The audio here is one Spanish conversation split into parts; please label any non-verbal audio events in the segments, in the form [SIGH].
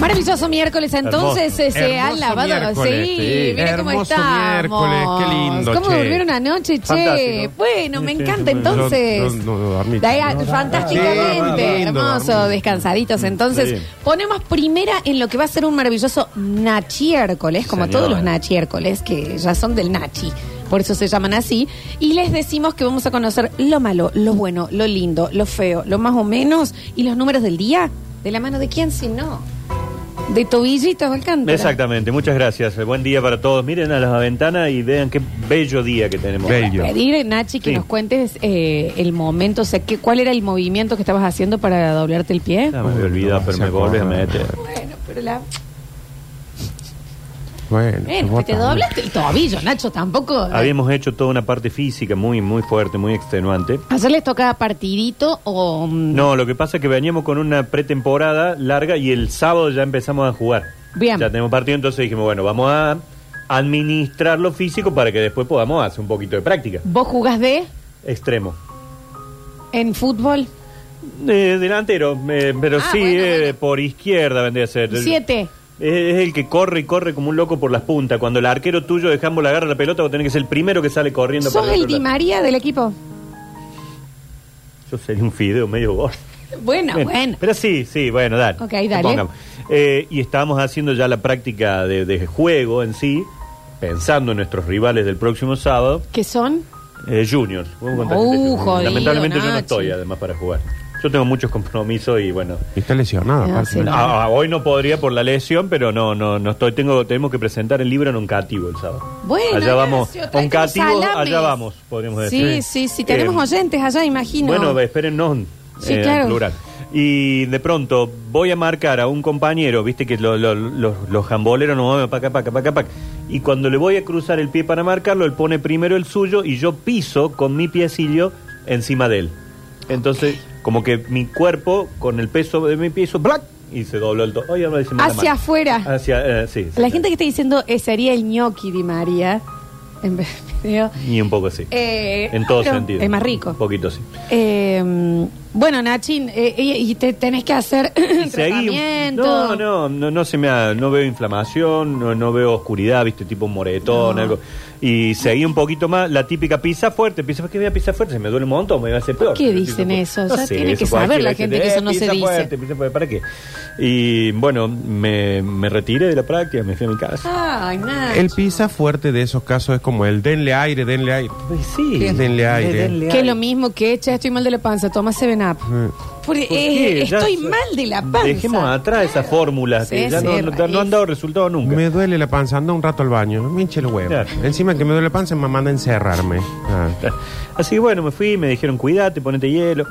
maravilloso miércoles entonces eh, se Hermoso han lavado. miércoles, sí, sí. mira cómo Hermoso estamos. miércoles, qué lindo, ¿Cómo che. durmieron anoche, che? Fantástico. Bueno, me Sí, encanta sí, bueno, entonces. no- no- no dormí. De ahí a- No, no, fantásticamente, no, no, no, hermoso, dormí. descansaditos. Entonces, Sí. ponemos primera en lo que va a ser un maravilloso nachiércoles, como Señor. todos los nachiércoles, que ya son del nachi. Por eso se llaman así. Y les decimos que vamos a conocer lo malo, lo bueno, lo lindo, lo feo, lo más o menos y los números del día. ¿De la mano de quién si no? De tobillitos al canto. Exactamente, muchas gracias. Eh, Buen día para todos. Miren a la ventana y vean qué bello día que tenemos. Bello. Pedir, Nachi, que Sí. nos cuentes eh, el momento, o sea, ¿qué, ¿cuál era el movimiento que estabas haciendo para doblarte el pie? Ya me había olvidado, pero me volvés a meter. Bueno, pero la... Bueno, Bueno, vos que te también. doblaste el tobillo, Nacho, tampoco. Habíamos hecho toda una parte física muy, muy fuerte, muy extenuante. ¿Ayer les tocaba partidito o.? mm, No, lo que pasa es que veníamos con una pretemporada larga y el sábado ya empezamos a jugar. Bien. Ya tenemos partido, entonces dijimos, bueno, vamos a administrar lo físico para que después podamos hacer un poquito de práctica. ¿Vos jugás de? Extremo. en fútbol? Eh, delantero, eh, pero Ah, sí, bueno, eh, bueno. por izquierda vendría a ser. Siete. Es, es el que corre y corre como un loco por las puntas. Cuando el arquero tuyo dejamos la agarra la pelota, vos tenés que ser el primero que sale corriendo ¿Sos para el el otro Di lado. María del equipo? Yo sería un fideo medio gordo. Bueno, Bueno, bueno. [LAUGHS] Pero sí, sí, bueno, dale. Ok, dale. Supongamos. Eh, y estábamos haciendo ya la práctica de, de juego en sí, pensando en nuestros rivales del próximo sábado. ¿Qué son? Eh, juniors. Vamos a contar Uh, gente junior. jodido, Lamentablemente yo no Nachi. estoy además para jugar. Yo tengo muchos compromisos y bueno, Y Está lesionado, Ah, aparte. sí, no. Ah, ah, hoy no podría por la lesión, pero no, no, no estoy. Tengo, tenemos que presentar el libro en un cativo el sábado. Bueno, allá vamos. Horacio, trae Un cativo, tus salames. allá vamos, podríamos Sí, decir. sí, sí. Tenemos Eh, oyentes allá, imagino. Bueno, esperen, no. Sí, eh, claro. en plural. Y de pronto voy a marcar a un compañero, viste que lo- lo- los, los jamboleros no mueven paca, paca, paca, paca. Y cuando le voy a cruzar el pie para marcarlo, él pone primero el suyo y yo piso con mi piecillo encima de él. Entonces, como que mi cuerpo, con el peso de mi pie, hizo ¡blac! y se dobló el todo. Hacia afuera. Hacia, eh, sí, sí, La sí. gente que está diciendo eh, sería el ñoqui Di María. En vez de. Y un poco así. Eh, en todo pero sentido. Es más Un rico. poquito así. Eh, bueno, Nachin, eh, y, y te tenés que hacer [COUGHS] Seguí. tratamiento. No, no, no, no se me ha- no veo inflamación, no, no veo oscuridad, viste, tipo moretón, algo. Y seguí un poquito más, la típica pizza fuerte, pizza, ¿qué voy a pizza fuerte? Se me duele un montón, me va a hacer peor. qué dicen eso? Ya tiene que saber la cualquiera dice, "Eh, gente que eso no se pizza dice". fuerte, pizza fuerte, ¿para qué? Y bueno, me, me retiré de la práctica, me fui a mi casa. Ay, Nacho. El pisa fuerte de esos casos es como el denle aire, denle aire. Pues sí, Bien. Denle aire. Que es lo mismo que, che, estoy mal de la panza, toma Seven Up. Porque, ¿Por eh, qué? Ya estoy se- mal de la panza. Dejemos atrás esas fórmulas Sí, que ya sí, no, no- no han dado resultado nunca. Me duele la panza, anda un rato al baño, me hinche el huevo. Claro. Encima que me duele la panza me manda a encerrarme. Ah. Así que bueno, me fui, me dijeron cuidate, ponete hielo.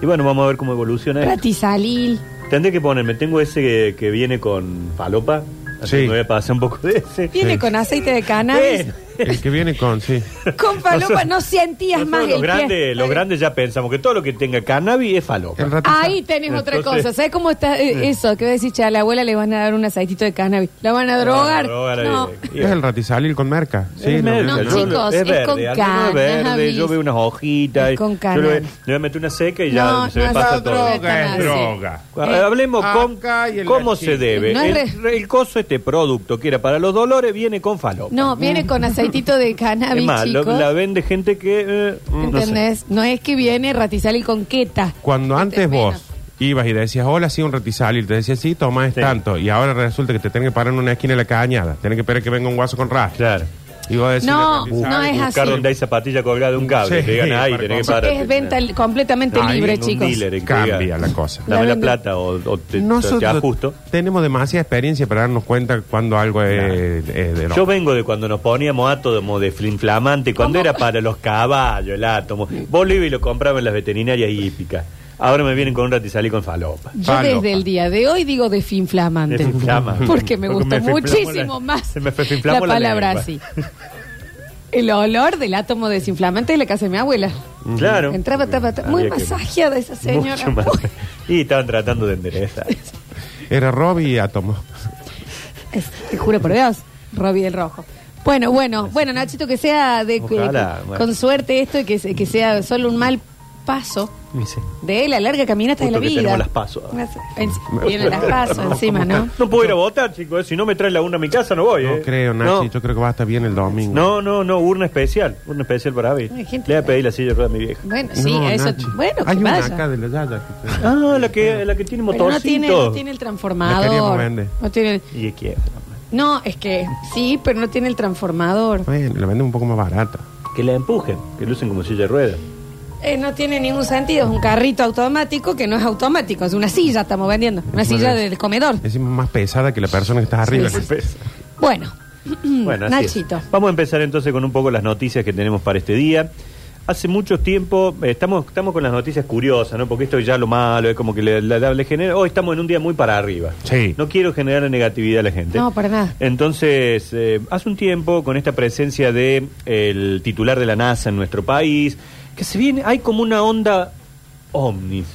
Y bueno, vamos a ver cómo evoluciona esto. Pratisalil. Tendré que ponerme, tengo ese que, que viene con palopa, así Sí. que me voy a pasar un poco de ese. Viene Sí. con aceite de cannabis. Bueno, El que viene con, sí. [LAUGHS] Con palopa no sentías nosotros más el los, pie. grandes, los grandes ya pensamos que todo lo que tenga cannabis es falopa. El ratito. Ahí tenés otra Entonces- cosa. ¿Sabes cómo está eh, eso? Que voy a decir, che, a la abuela le van a dar un aceitito de cannabis. ¿La van a No, drogar? drogar, No. eh, eh, Es el ratizalil con merca. Sí, es lo verde, mismo, No, chicos, yo- es con al menos es verde, cannabis. yo veo unas hojitas. Es y- con yo le, cannabis. le voy a meter una seca y ya No, se me no pasa es todo. droga, es droga. Ah, Hablemos con Acá y el cómo gachín. se debe. No es el, el coso, este producto que era para los dolores, viene con falopa. No, viene con aceitito de es cannabis, más, lo- chicos. la vende gente que. eh, mm, no sé. ¿Entendés? No, es que viene ratizalil con queta. Cuando Que te antes espera. vos ibas y decías, hola, sí, un ratizalil, te decía, sí, toma es Sí. tanto. Y ahora resulta que te tienen que parar en una esquina de la cañada. Tienen que esperar que venga un guaso con ras. Claro. Y vos decís, No, no es buscar así. donde hay zapatilla colgada de un cable. Sí, te digan, ahí para tenés que comprar. parar. Es venta li- completamente Ahí libre, en un chicos. dealer, que Cambia diga, la cosa. Dame La la vende- plata o, o te, te- te Nosotros ajusto. tenemos demasiada experiencia para darnos cuenta cuando algo es, es de Yo vengo de cuando nos poníamos átomo de flinflamante, cuando era para los caballos, el átomo. Vos lo ibas y lo compraba en las veterinarias hípicas. Ahora me vienen con un ratizalí con falopa. Yo Falopa. desde el día de hoy digo desinflamante. Desinflama. [LAUGHS] Porque me Porque gustó me desinflamó muchísimo la- más se me la desinflamó la palabra lengua. así. El olor del átomo desinflamante de la casa de mi abuela. Claro. Entraba, tapa, tapa. Muy Había que- masajeada esa señora. [LAUGHS] Mucho más. [LAUGHS] Y estaban tratando [LAUGHS] de enderezar. Era Robbie y Átomo. Es- te juro por Dios, Robbie del Rojo. Bueno, bueno, bueno, Nachito, que sea de, Ojalá, que- bueno. con suerte esto y que, se- que sea solo un mal paso Y sí. De la larga caminata Justo de la que vida. tenemos las PASO. Las- en- Vienen las pasos [LAUGHS] encima, ¿no? No puedo ir a votar, chicos. eh. Si no me trae la urna a mi casa, no voy. No eh. creo, No. Nachi. Yo creo que va a estar bien el domingo. No, no, no, urna especial. Urna especial para Avi. Hay Le gente- voy a pedir la silla de ruedas a mi vieja. Bueno, sí, No, eso. Nachi. Bueno, Hay que una vaya. acá de la Yaya. que te- Ah, la que, la que tiene Pero motorcito. no tiene, no tiene el La queríamos transformador. vender. No tiene, Y es que, no, es que sí, pero no tiene el transformador. Bueno, la venden un poco más barata. que la empujen, que lucen como silla de ruedas. Eh, no tiene ningún sentido, es un carrito automático que no es automático, es una silla estamos vendiendo, una Bueno, silla es- del comedor. Encima más pesada que la persona que está arriba. Sí, sí. Pe- Bueno, [CLEARS THROAT] Bueno, así es. Nachito. Vamos a empezar entonces con un poco las noticias que tenemos para este día. Hace mucho tiempo, eh, estamos, estamos con las noticias curiosas, ¿no? Porque esto es ya lo malo, es como que le, la- le genera. Hoy estamos en un día muy para arriba. Sí. No quiero generar negatividad a la gente. No, para nada. Entonces, eh, hace un tiempo, con esta presencia de el titular de la NASA en nuestro país, que se viene, hay como una onda ovnis.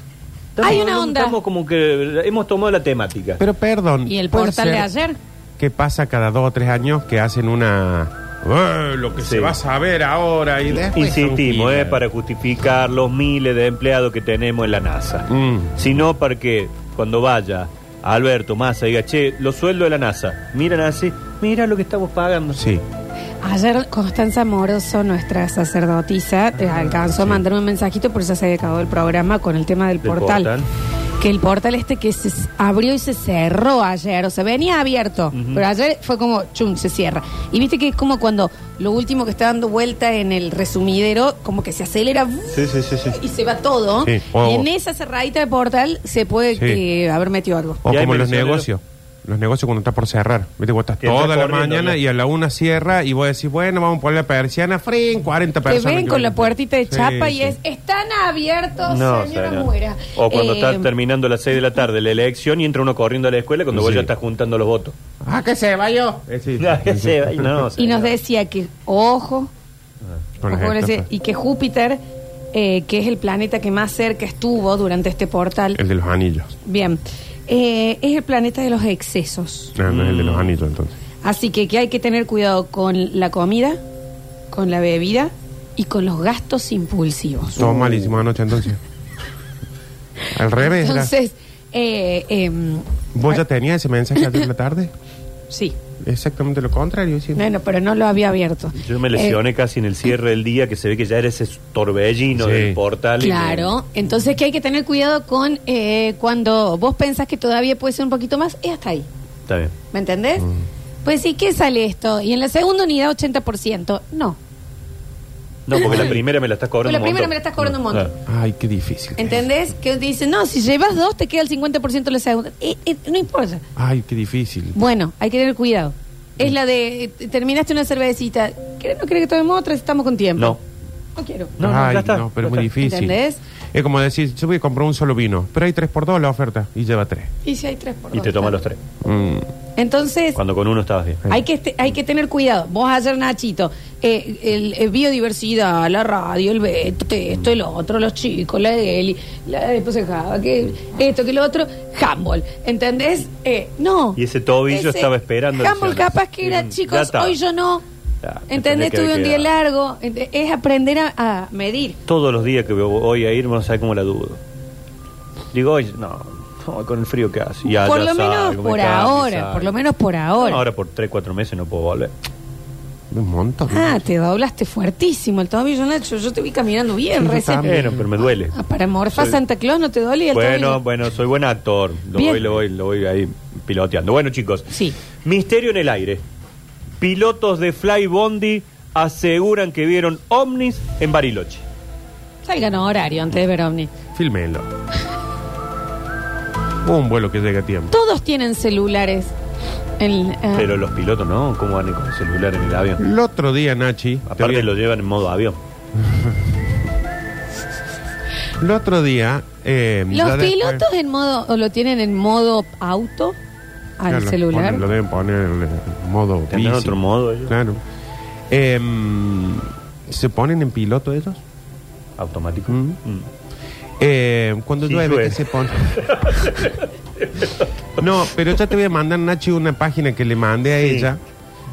Hay una onda. Estamos como que hemos tomado la temática. Pero perdón. ¿y el ¿puede portal de ser ayer? que pasa cada dos o tres años que hacen una. "Eh, lo que Sí. se va a saber ahora y después. Insistimos, son eh, killers". para justificar los miles de empleados que tenemos en la NASA. Mm. Sino para que cuando vaya Alberto Massa diga, che, los sueldos de la NASA, miran así, mira lo que estamos pagando. Sí. Ayer Constanza Moroso, nuestra sacerdotisa, te alcanzó a mandarme un mensajito, por eso se había acabado el programa con el tema del, Del portal. portal. Que el portal este que se s- abrió y se cerró ayer, o sea, venía abierto, Ujú. pero ayer fue como, chum, se cierra. Y viste que es como cuando lo último que está dando vuelta en el resumidero, como que se acelera Sí, sí, sí, sí. y se va todo. Sí, o- Y en esa cerradita de portal se puede Sí. que haber metido algo. O Y hay como los venezolanos- negocios. Los negocios cuando está por cerrar. Viste, vos estás Que entra toda la corriendo, mañana ¿no? y a la una cierra y vos decís, bueno, vamos a poner la persiana, frín, 40 Que personas. ven con van la a- puertita de Sí, chapa y sí. es, están abiertos, No, señora señor. Muera. O cuando Eh, estás terminando a las 6 de la tarde la elección y entra uno corriendo a la escuela cuando vos Sí. ya estás juntando los votos. ¡Ah, que se vayó! Eh, sí, Ya [LAUGHS] que se va, y no, Y señor. nos decía que, ojo, Con las ojo, estafas. ese- y que Júpiter, eh, que es el planeta que más cerca estuvo durante este portal, El de los anillos. bien, eh, es el planeta de los excesos. No, no es el de los Mm. anillos entonces. Así que, que hay que tener cuidado con la comida, con la bebida y con los gastos impulsivos. Todo malísimo anoche entonces. Al revés. era. Entonces, eh, em, ¿Vos ya tenías ese mensaje ayer en la tarde? sí, Exactamente lo contrario. sí. bueno, pero no lo había abierto. Yo me Eh, lesioné casi en el cierre del día que se ve que ya era ese torbellino Sí. del portal. y me- Claro, entonces que hay que tener cuidado con eh, cuando vos pensás que todavía puede ser un poquito más, es hasta ahí. Está bien. ¿Me entendés? Mm. Mm. Pues sí, ¿qué sale esto? Y en la segunda unidad 80%. No. No, porque la primera me la estás cobrando Pues la un primera montón. me la estás cobrando un montón. Claro. Ay, qué difícil. que es. ¿Entendés? Que dicen, no, si llevas dos te queda el 50% la segunda. Eh, eh, no importa. Ay, qué difícil. Bueno, hay que tener cuidado. Es la de, eh, terminaste una cervecita. ¿Querés no querés que tomemos otra si estamos con tiempo? No. No quiero. No, no, ya Ay, está, ya pero es muy está. difícil. ¿Entendés? Es como decir, yo voy a comprar un solo vino, pero hay tres por dos la oferta y lleva tres. Y si hay tres por Y dos, te toman claro. los tres. Mm, Entonces, Cuando con uno estabas bien. Hay que, este- hay que tener cuidado. Vos ayer, Nachito, eh, el, eh, biodiversidad, la radio, el Beto, que esto, el otro, los chicos, la Eli, la después el Java, que esto, que lo otro, handball. ¿Entendés? Eh, no. Y ese tobillo estaba esperando Handball lesiones. capaz que era, Mm, ya chicos, estaba. hoy yo no. Ya, me tenía ¿Entendés? que Tuve haber un día quedado. largo. Ent- Es aprender a, a medir. Todos los días que voy a ir, no sé cómo la dudo. Digo, hoy, no, no, con el frío que hace. Y allá por lo salgo, menos me por cambio, ahora, salgo. por lo menos por ahora. No, ahora por 3, 4 meses no puedo volver. un montón. Ah, te doblaste fuertísimo el tobillo, Nacho. Yo te vi caminando bien Yo recién. también. Bueno, pero me duele. Ah, para morfar Soy- Santa Claus no te dolía el Bueno, tobillo. bueno, soy buen actor. Lo Bien. voy, lo voy, lo voy ahí piloteando. Bueno, chicos. Sí. Misterio en el aire. Pilotos de Fly Bondi aseguran que vieron ovnis en Bariloche. Salgan a horario antes de ver ovni. Filmenlo. Hubo un vuelo que llega a tiempo. Todos tienen celulares. en- ah, Pero los pilotos no, ¿cómo van con el celular en el avión? El otro día, Nachi. te Aparte voy- lo llevan en modo avión. El otro día. eh, ya los después- pilotos en modo o lo tienen en modo auto al Claro, celular. ponen- lo deben poner en modo ¿Tendrán bici. otro modo ellos? Claro. Em, ¿Se ponen en piloto ellos? Automático. Mm. Mm. Eh, cuando Sí, llueve, llueve. ¿qué se pone? no, pero ya te voy a mandar, Nachi, una página que le mandé a Sí. ella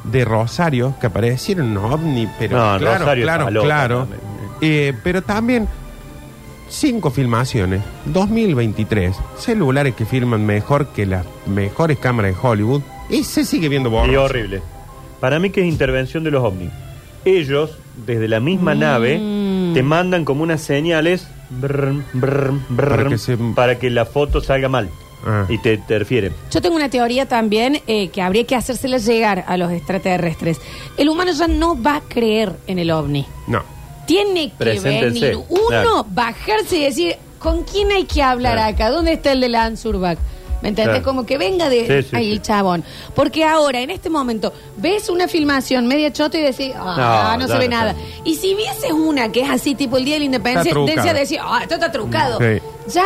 de Rosario, que aparecieron en ovni, pero No, claro, Rosario claro, está loca claro. también. Eh, pero también Cinco filmaciones, 2023, celulares que filman mejor que las mejores cámaras de Hollywood y se sigue viendo Y borroso. horrible. Para mí que es intervención de los ovnis. Ellos, desde la misma Mm. nave, te mandan como unas señales brr, brr, brr, Para que se- para que la foto salga mal. Ah. Y te, te refieren. Yo tengo una teoría también eh, que habría que hacérsela llegar a los extraterrestres. El humano ya no va a creer en el ovni. No. Tiene que Preséntense, venir uno, claro. bajarse y decir, ¿con quién hay que hablar Claro. acá? ¿Dónde está el de la Ansurbac? ¿Me entendés? Claro. Como que venga de Sí, sí, ahí sí. el chabón. Porque ahora, en este momento, ves una filmación media chota y decís, ah, no, No, se ya ve no nada. está. Y si vieses una que es así, tipo el Día de la Independencia, Está trucado. decía, decís, ah, esto está trucado. Sí. Ya,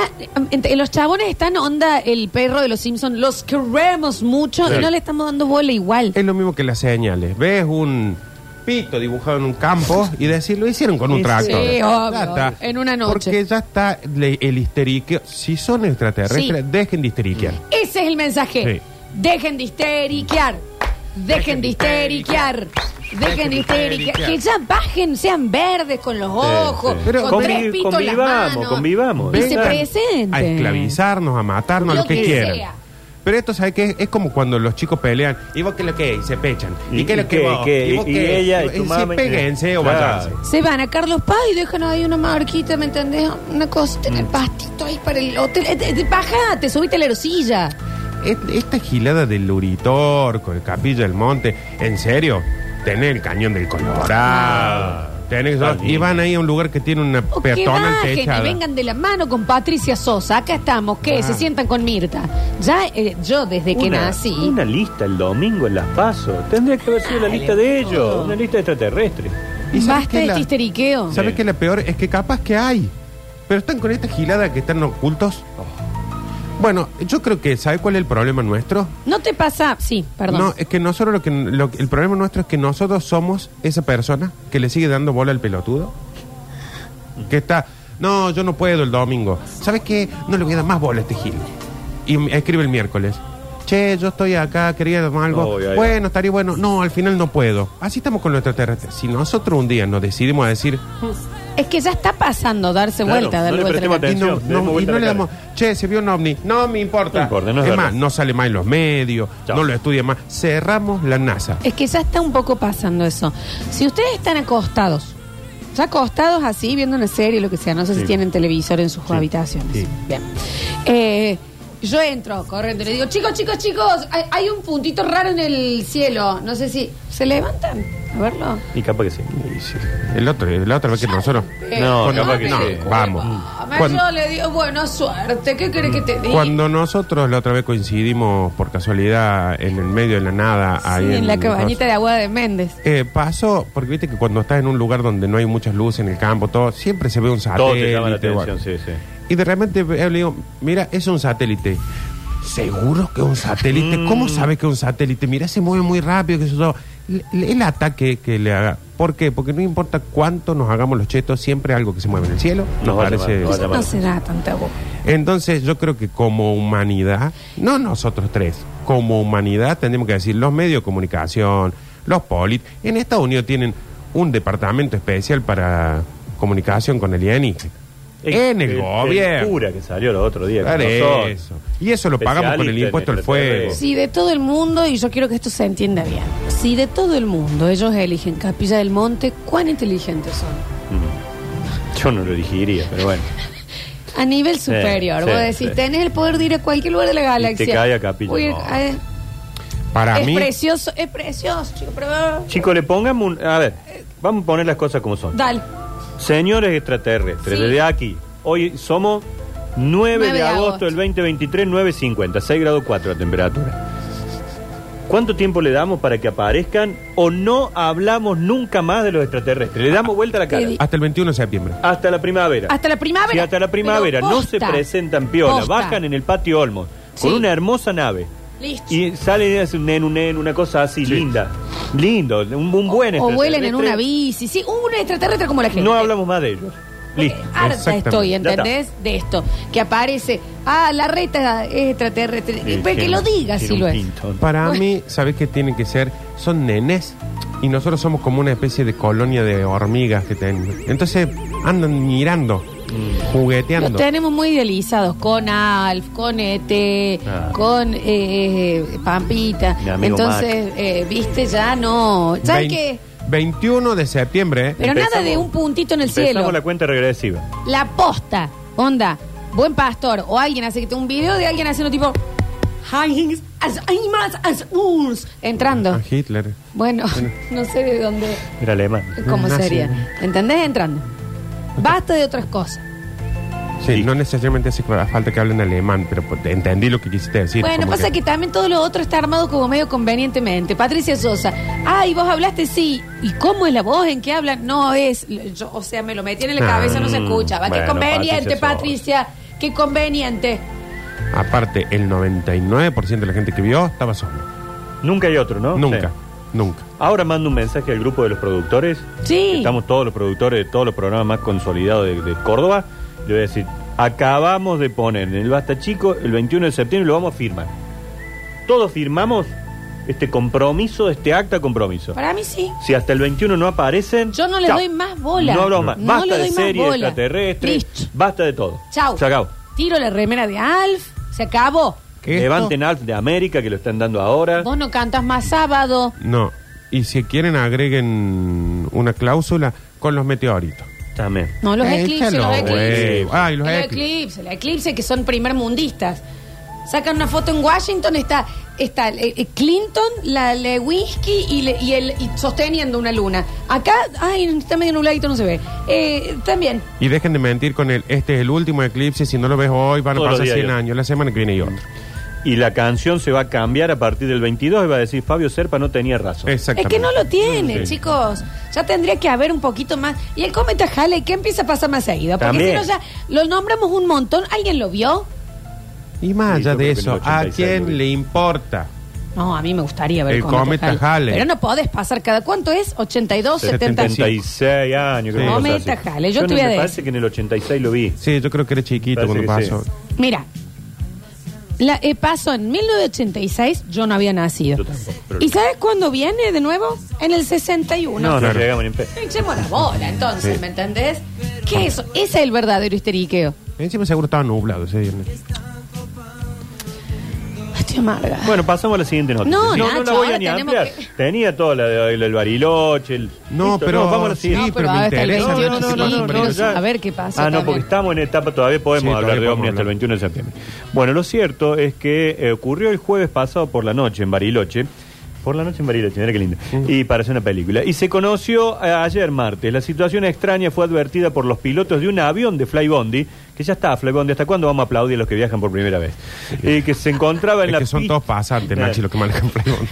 ent- los chabones están onda el perro de los Simpsons, los queremos mucho Sí. y no le estamos dando bola igual. Es lo mismo que las señales. Ves un pito dibujado en un campo y decir, lo hicieron con un Sí, tractor. sí, Ya obvio, obvio. En una noche. Porque ya está le- el histeriqueo. Si son extraterrestres, Sí. dejen de histeriquear. Ese es el mensaje. Sí. Dejen de histeriquear. Dejen de histeriquear. Dejen de histeriquear. Que ya bajen, sean verdes con los ojos, Eh, sí. Pero con convi- tres pitos en las convivamos, manos. convivamos. Y Vengan se presenten. A esclavizarnos, a matarnos, Lo lo que, que quieran. sea. Pero esto, ¿sabes qué? Es como cuando los chicos pelean. ¿Y vos qué es lo que es? Y se pechan. ¿Y, ¿Y qué es lo y que qué? vos? ¿Y qué? vos ¿Y ella? ¿Y tu Sí, mama? péguense o Claro. váyanse. Se van a Carlos Paz y dejan ahí una marquita, ¿me entendés? Una cosita en el pastito ahí para el hotel. Eh, eh, Bajate, subite a la erosilla. Et- Esta gilada del Luritor con el Capilla del Monte, en serio, tener el cañón del Colorado. tenés- Ah, Está y bien. van ahí a un lugar que tiene una O que peatonal bajen y techada. vengan de la mano con Patricia Sosa. Acá estamos, ¿qué? Ah. Se sientan con Mirta. Ya eh, yo desde que una, nací. una lista el domingo en Las Paso. Tendría que haber sido la Dale, lista de todo. ellos, una lista extraterrestre. ¿Y sabes Basta qué de la- histeriqueo. ¿Sabes Sí. qué? La peor es que capaz que hay. Pero están con esta gilada que están ocultos. Oh. Bueno, yo creo que, ¿sabes cuál es el problema nuestro? ¿No te pasa? Sí, perdón. No, es que nosotros lo que lo- el problema nuestro es que nosotros somos esa persona que le sigue dando bola al pelotudo. Que está, no, yo no puedo el domingo. ¿Sabes qué? No le voy a dar más bola a este gil. Y me escribe el miércoles. Che, yo estoy acá, quería tomar algo. No, voy a ir. bueno, estaría bueno. No, al final no puedo. Así estamos con los extraterrestres. Si nosotros un día nos decidimos a decir, Es que ya está pasando darse Claro, vuelta, darle no le vuelta. a la prestemos cara. y no, Atención, le damos no- y vuelta no a la le cara. damos, che, se vio un ovni, no me importa. No importa, no es es verdad. más, no sale más en los medios, Chao. no lo estudia más. Cerramos la NASA. Es que ya está un poco pasando eso. Si ustedes están acostados, ya acostados así, viendo una serie, lo que sea, no sé si Sí. tienen televisor en sus habitaciones. sí. Bien. Eh, yo entro corriendo y le digo, chicos, chicos, chicos, hay, hay un puntito raro en el cielo. No sé si. ¿Se levantan? A verlo. Y capaz que sí. El otro, la otra vez que nosotros. No, Pero capaz que Eh, me sí. culpa. Vamos. Me- Cuando- Yo le digo, bueno, suerte, ¿qué querés que te diga? Cuando nosotros la otra vez coincidimos por casualidad en el medio de la nada, ahí Sí, en la cabañita de agua de Méndez. Eh, pasó, porque viste que cuando estás en un lugar donde no hay muchas luces en el campo, todo, siempre se ve un satélite. Todo te llama la atención, bueno. sí, sí. Y de repente eh, le digo, mira, es un satélite. ¿Seguro que es un satélite? Mm. ¿Cómo sabes que es un satélite? Mira, se mueve muy rápido. Que eso, todo. Le- le- el ataque que le haga. ¿Por qué? Porque no importa cuánto nos hagamos los chetos, siempre algo que se mueve en el cielo. Nos va a llamar, nos va a Eso no llamar. se da tanta boca. Entonces yo creo que como humanidad, no nosotros tres, como humanidad tendríamos que decir los medios de comunicación, los polit, en Estados Unidos tienen un departamento especial para comunicación con alienígenas. En el, El gobierno. cura que salió el otro día. Claro, con nosotros. eso. Y eso lo pagamos con el Especialista impuesto en al fuego. extraterrestres. Si de todo el mundo, y yo quiero que esto se entienda bien, si de todo el mundo ellos eligen Capilla del Monte, ¿cuán inteligentes son? Mm. Yo no lo elegiría, pero bueno. A nivel superior, sí, vos decís, sí. tenés el poder de ir a cualquier lugar de la galaxia. cae a Capilla Uy, del Monte. eh, Para es mí, precioso, es precioso, chico, pero... Chicos, le pongamos un. A ver, vamos a poner las cosas como son. Dale. Señores extraterrestres, Sí. desde aquí, hoy somos 9, Nueve de, de agosto. agosto del 2023, 9.50, 6 grados 4 la temperatura. ¿Cuánto tiempo le damos para que aparezcan o no hablamos nunca más de los extraterrestres? Le damos vuelta a la cara. Te di- hasta el 21 de septiembre. Hasta la primavera. Hasta la primavera. Si hasta la primavera Pero no posta. se presentan piola, Posta. bajan en el patio Olmos con Sí. una hermosa nave. Listo. Y salen y hacen un nen, un nen, una cosa así, linda. Lindo, un, un buen o, o vuelen en una extraterrestre. bici. Sí, un extraterrestre como la gente. No hablamos más de ellos. Porque Listo. harta exactamente. estoy, Ya está. ¿entendés? De esto. Que aparece, ah, la reta es extraterrestre. Y pues que Tiene- lo diga tiene si un lo es. pinto. Para mí, ¿sabes qué tienen que ser? Son nenes. Y nosotros somos como una especie de colonia de hormigas que tienen. Entonces andan mirando. Los Mm. jugueteando. tenemos muy idealizados con Alf, con ET, Ah. con eh, eh, Pampita. Mi amigo Entonces, eh, viste, ya no. Ya hay Vein- que. 21 de septiembre. ¿eh? Pero nada Empezamos- de un puntito en el cielo. Empezamos la cuenta regresiva. La posta, onda, buen pastor o alguien hace que te un video de alguien haciendo tipo. "Heinz, as- Heimas, as- uns", Entrando. A Hitler. Bueno, no sé de dónde, Era alemán. cómo Nazi. sería. ¿Entendés? Entrando. Basta de otras cosas. Sí, Sí. no necesariamente hace falta que hablen alemán, pero pues, entendí lo que quisiste decir. Bueno, pues, como pasa que... también todo lo otro está armado como medio convenientemente. Patricia Sosa, ay, vos hablaste, sí. ¿Y cómo es la voz en que hablan? No es, yo, o sea, me lo metí en la Ah, cabeza, no se escuchaba. qué bueno, conveniente, Patricia Patricia, qué conveniente. Aparte, el 99% de la gente que vio estaba solo. Nunca hay otro, ¿no? Nunca, Sí. nunca. Ahora mando un mensaje al grupo de los productores. Sí. Estamos todos los productores de todos los programas más consolidados de, de Córdoba. Le voy a decir, acabamos de poner en el Basta Chico el 21 de septiembre y lo vamos a firmar. Todos firmamos este compromiso, este acta compromiso. Para mí sí. Si hasta el 21 no aparecen... Yo no le chao. doy más bola. No hablo más. No basta le doy de más series bola. extraterrestres. Listo. Basta de todo. Chao. Se acabó. Tiro la remera de Alf, se acabó. ¿Qué esto? Levanten Alf de América, que lo están dando ahora. Vos no cantas más sábado. No. Y si quieren, agreguen una cláusula con los meteoritos. También. No, los Eh, eclipses, échalo, los eclipses. güey. Ay, los El eclipses. eclipse, el eclipse que son primer mundistas. Sacan una foto en Washington, está, está eh, eh, Clinton, la Lewinsky y, le- y el, y sosteniendo una luna. Acá, ay, está medio nubladito, no se ve. Eh, también. Y dejen de mentir con el, este es el último eclipse, si no lo ves hoy van a Todos los pasar días 100 hay otro. años, la semana que viene y otro. Y la canción se va a cambiar a partir del 22 y va a decir Fabio Serpa no tenía razón. Es Exactamente. que no lo tiene, Sí. chicos. Ya tendría que haber un poquito más. Y el cometa Halley, que empieza a pasar más seguido? Porque También. si no, ya lo nombramos un montón. ¿Alguien lo vio? Y más Sí, yo allá de creo que en eso, el 86 ¿a lo vi. quién le importa? No, a mí me gustaría ver El cometa Halley. Pero no podés pasar cada. ¿Cuánto es? 82, 75. 76 años. creo que Cometa cosa así. Halley, yo te no- voy a Me decir. parece que en el 86 lo vi. Sí, yo creo que era chiquito Parece cuando que sí. pasó. Mira, la eh, pasó en 1986, yo no había nacido. Yo tampoco, pero- ¿Y sabes cuándo viene de nuevo? En el 61. No, no, Claro. llegamos ni en pe- Echemos la bola, entonces, Sí. ¿me entendés? ¿Qué es eso? Ese es el verdadero histeriqueo. Encima seguro estaba nublado ese viernes. Estoy amarga. Bueno, pasamos a la siguiente noticia. No, no, Nacho, la voy ahora a ni tenemos ampliar. que- Tenía toda la del bariloche. el- No, Listo, pero- vamos a la Sí, siguiente. no, pero pero me ahora está el interesa, 21, no, no, no, sí, no, no, Cruz, ya. a ver qué pasa. Ah, no, porque también. estamos en etapa, todavía podemos Sí, hablar todavía de podemos OVNI hasta el hablar. 21 de septiembre. Bueno, lo cierto es que eh, ocurrió el jueves pasado por la noche en Bariloche. Por la noche en Bariloche, mira qué lindo. Y parece una película. Y se conoció eh, ayer martes. La situación extraña fue advertida por los pilotos de un avión de Flybondi, que ya está, Flybondi, ¿hasta cuándo vamos a aplaudir a los que viajan por primera vez? Eh, que se encontraba en Es la que son pista- todos pasantes, Nachi, los que manejan Flybondi.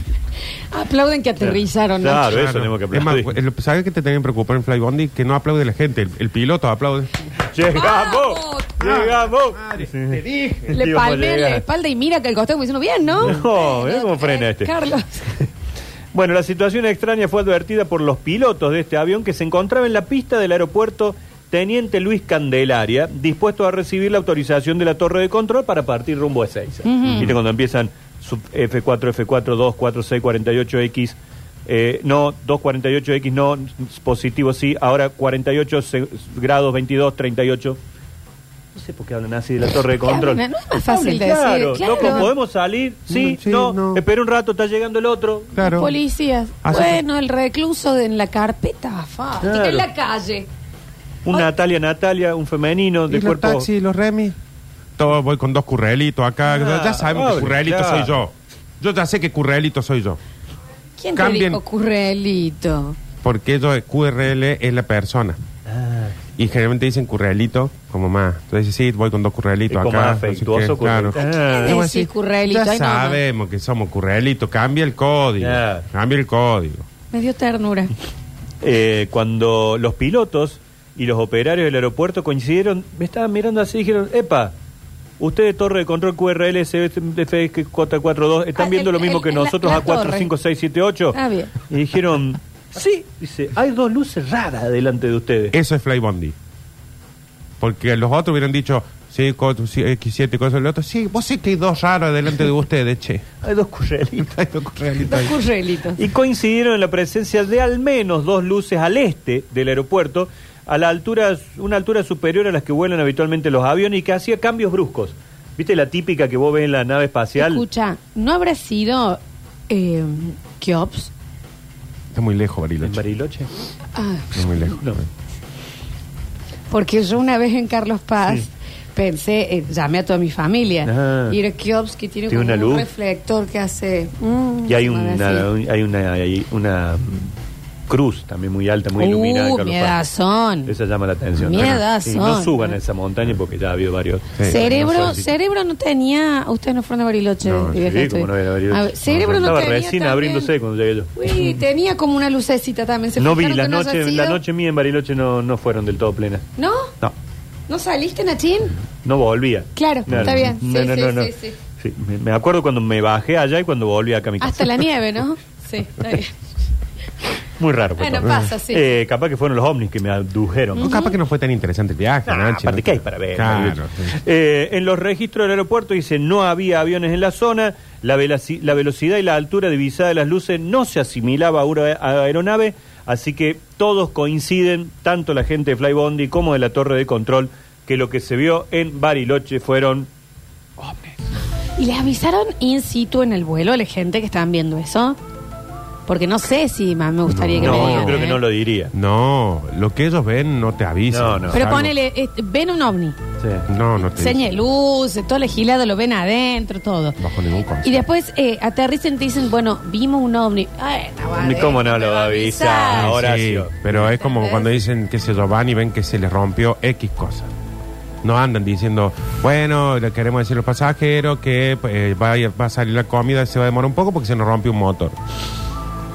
Aplauden que aterrizaron. ¿no? Claro, eso tenemos que Es más, aplaudir. el- ¿sabes qué te tienen que preocupar en Flybondi? Que no aplaude la gente, el, el piloto aplaude. ¡Llegamos! ¡Vamos! ¡Llegamos! Madre, te dije. Le Íbamos a palmean la llegar. espalda y mira que el costado como diciendo bien, ¿no? eh, No, mirá cómo frena este. Carlos. Bueno, la situación extraña fue advertida por los pilotos de este avión que se encontraba en la pista del aeropuerto Teniente Luis Candelaria, dispuesto a recibir la autorización de la torre de control para partir rumbo a Ezeiza. Viste cuando empiezan sub F4, F4, 2, 4, 6, 48X, eh, no, 248X, no, positivo sí, ahora 48 se- grados, 22, 38. No sé por qué hablan así de la torre de control. Claro, no es más fácil de Claro, decir, no, claro. podemos salir, sí, Mm, sí, no, no. espera un rato, está llegando el otro. Claro. Policías. Así bueno, el recluso de- en la carpeta, fácil, Claro. en la calle. Un Ay. Natalia, Natalia, un femenino ¿Y de los cuerpo. taxis, los remis? Todo voy con dos currelitos acá. Ah, ya sabemos pobre, que currelito claro. soy yo. Yo ya sé que currelito soy yo. ¿Quién te Cambien. Eh, dijo currelito? Porque yo, QRL es la persona. Ah, Y generalmente dicen currelito, como más. Entonces sí, voy con dos currelitos Es acá. como más no sé afectuoso, qué, claro. currelito. ¿Qué Ah, Algo decís, así. currelito? Ya Ay, no, no. sabemos que somos currelitos. Cambia el código. Claro. Cambia el código. Me dio [LAUGHS] ternura. eh, cuando los pilotos y los operarios del aeropuerto coincidieron, me estaban mirando así y dijeron, epa, ustedes torre de control QRL CFX442 están Ah, viendo el- lo mismo el- que la- nosotros la torre. A45678. Ah, bien. Y dijeron, sí, dice, hay dos luces raras delante de ustedes. Eso es Flybondi. Porque los otros hubieran dicho, sí, cuatro, sí, X7, cosas del otro. Sí, vos sí que hay dos raros delante de ustedes, che. [LAUGHS] Hay dos QRL. Hay dos currelitos Los ahí. currelitos. y coincidieron en la presencia de al menos dos luces al este del aeropuerto, a la altura, una altura superior a las que vuelan habitualmente los aviones y que hacía cambios bruscos. ¿Viste la típica que vos ves en la nave espacial? Escucha, ¿no habrá sido eh, Keops? Está muy lejos, ¿En Bariloche. Bariloche? Ah, Está muy lejos. eh. No. porque yo una vez en Carlos Paz Sí. pensé, eh, llamé a toda mi familia. Ah. Y era Keops que tiene, Tiene como una un luz. reflector que hace. mm, Y hay como una, así. un- hay una, hay una mm, cruz también muy alta, muy iluminada. en Uh, Carlos Paz. miedazón. Esa llama la atención. Miedazo. Y no suban a esa montaña porque ya ha habido varios. Sí. cerebro, No sé si- cerebro no tenía. Ustedes no fueron de Bariloche. No, de Sí, viaje, como estoy- no era Bariloche. A ver, cerebro no, Estaba tenía. recién también. abriéndose cuando llegué yo. Uy, tenía como una lucecita también. ¿Se No vi, fijaron la que no haya noche, sido? la noche mía en Bariloche no, no fueron del todo plenas. ¿No? No, ¿No saliste, Nachín? no volvía. Claro, está bien. Sí, No, no, sí, no, no. sí, sí. Sí, me, me acuerdo cuando me bajé allá y cuando volví acá a mi casa. Hasta la nieve, [LAUGHS] ¿no? Sí, está bien. Muy raro. fue Bueno, todo. pasa, sí. Eh, capaz que fueron los ovnis que me adujeron. No, capaz que no fue tan interesante el viaje, Ah, Nachi, aparte, ¿no? ¿qué hay para ver? Claro. Eh, en los registros del aeropuerto dice no había aviones en la zona, la, velaci- la velocidad y la altura divisada de las luces no se asimilaba a una a- aeronave, así que todos coinciden, tanto la gente de Flybondi como de la torre de control, que lo que se vio en Bariloche fueron... ¿Y les avisaron in situ en el vuelo a la gente que estaban viendo eso? Porque no sé si más me gustaría que no, me yo digan. creo ¿eh? que no lo diría. No, lo que ellos ven no te avisan. No, no. Pero Algo- ponele, eh, ven un ovni, Sí. No, no te seña de luz, todo legislado, lo ven adentro, todo. dicen, Bajo ningún concepto. Y después eh, aterrizan y te dicen, bueno, vimos un ovni. Ay, está bueno, ¿Cómo no te lo va a avisa? avisar. Ahora Sí, Horacio. pero es como cuando dicen que se lo van y ven que se les rompió X cosa. No andan diciendo, bueno, le queremos decir a los pasajeros que eh, va, a- va a salir la comida, se va a demorar un poco porque se nos rompió un motor.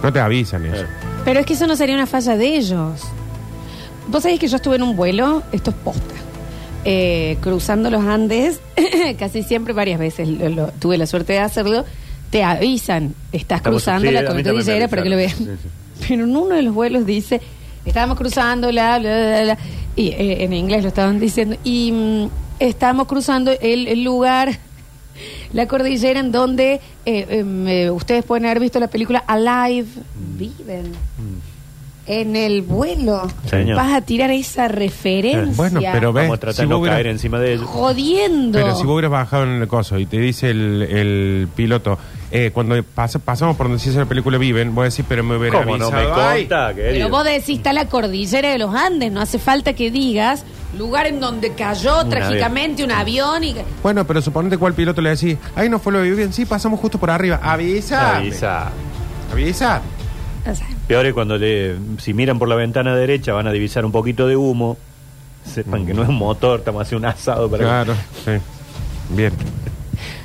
No te avisan eso. Pero es que eso no sería una falla de ellos. Vos sabés que yo estuve en un vuelo, esto es posta, eh, cruzando los Andes, [LAUGHS] casi siempre, varias veces lo- lo- tuve la suerte de hacerlo, te avisan, estás Estamos- cruzando sí, a la mí también me cordillera para que lo vean. avisaron. Sí, [LAUGHS] Pero en uno de los vuelos dice, estábamos cruzando, la, bla, bla, bla, bla, y eh, en inglés lo estaban diciendo, y mm, estábamos cruzando el- el lugar la cordillera en donde eh, em, eh, ustedes pueden haber visto la película Alive, viven. En el vuelo Señor. vas a tirar esa referencia. Bueno, pero ve, Vamos a tratar si de no vos hubieras- caer encima de ellos. Jodiendo. Pero si vos hubieras bajado en el coso y te dice el, el piloto, eh, cuando pasa- pasamos por donde se hizo la película Viven, voy a decir, pero me hubiera ¿Cómo no avisado. me Ay, conta, Pero querido? vos decís, está la cordillera de los Andes, no hace falta que digas lugar en donde cayó Un trágicamente un avión y... Bueno, pero suponete cuál piloto le decís, ahí no fue lo de Viven, sí, pasamos justo por arriba. Avisa. Avisa. Avisa. O sea, Peor es cuando le- si miran por la ventana derecha van a divisar un poquito de humo. Sepan que no es un motor, estamos haciendo un asado para Claro, sí. Bien. que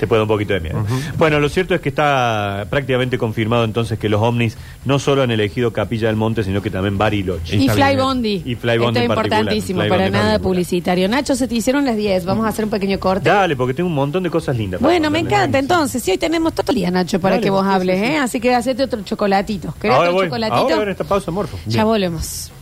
te pueda un poquito de miedo. Bueno, lo cierto es que está prácticamente confirmado entonces que los ovnis no solo han elegido Capilla del Monte, sino que también Bariloche. Y Está Fly bien, ¿eh? Bondi. Y Fly Esto Bondi es en particular, importantísimo, Fly para Bondi en nada particular. publicitario. Nacho, se te hicieron las 10, vamos a hacer un pequeño corte. Dale, porque tengo un montón de cosas lindas. para Bueno, me contarles. encanta. Entonces, sí, hoy tenemos todo el día, Nacho, para Dale, que vos sí, sí, hables, sí. ¿eh? Así que hacete otro chocolatito. ¿Querés Ahora otro voy, este. chocolatito? ahora en esta pausa, Morfo. ya volvemos.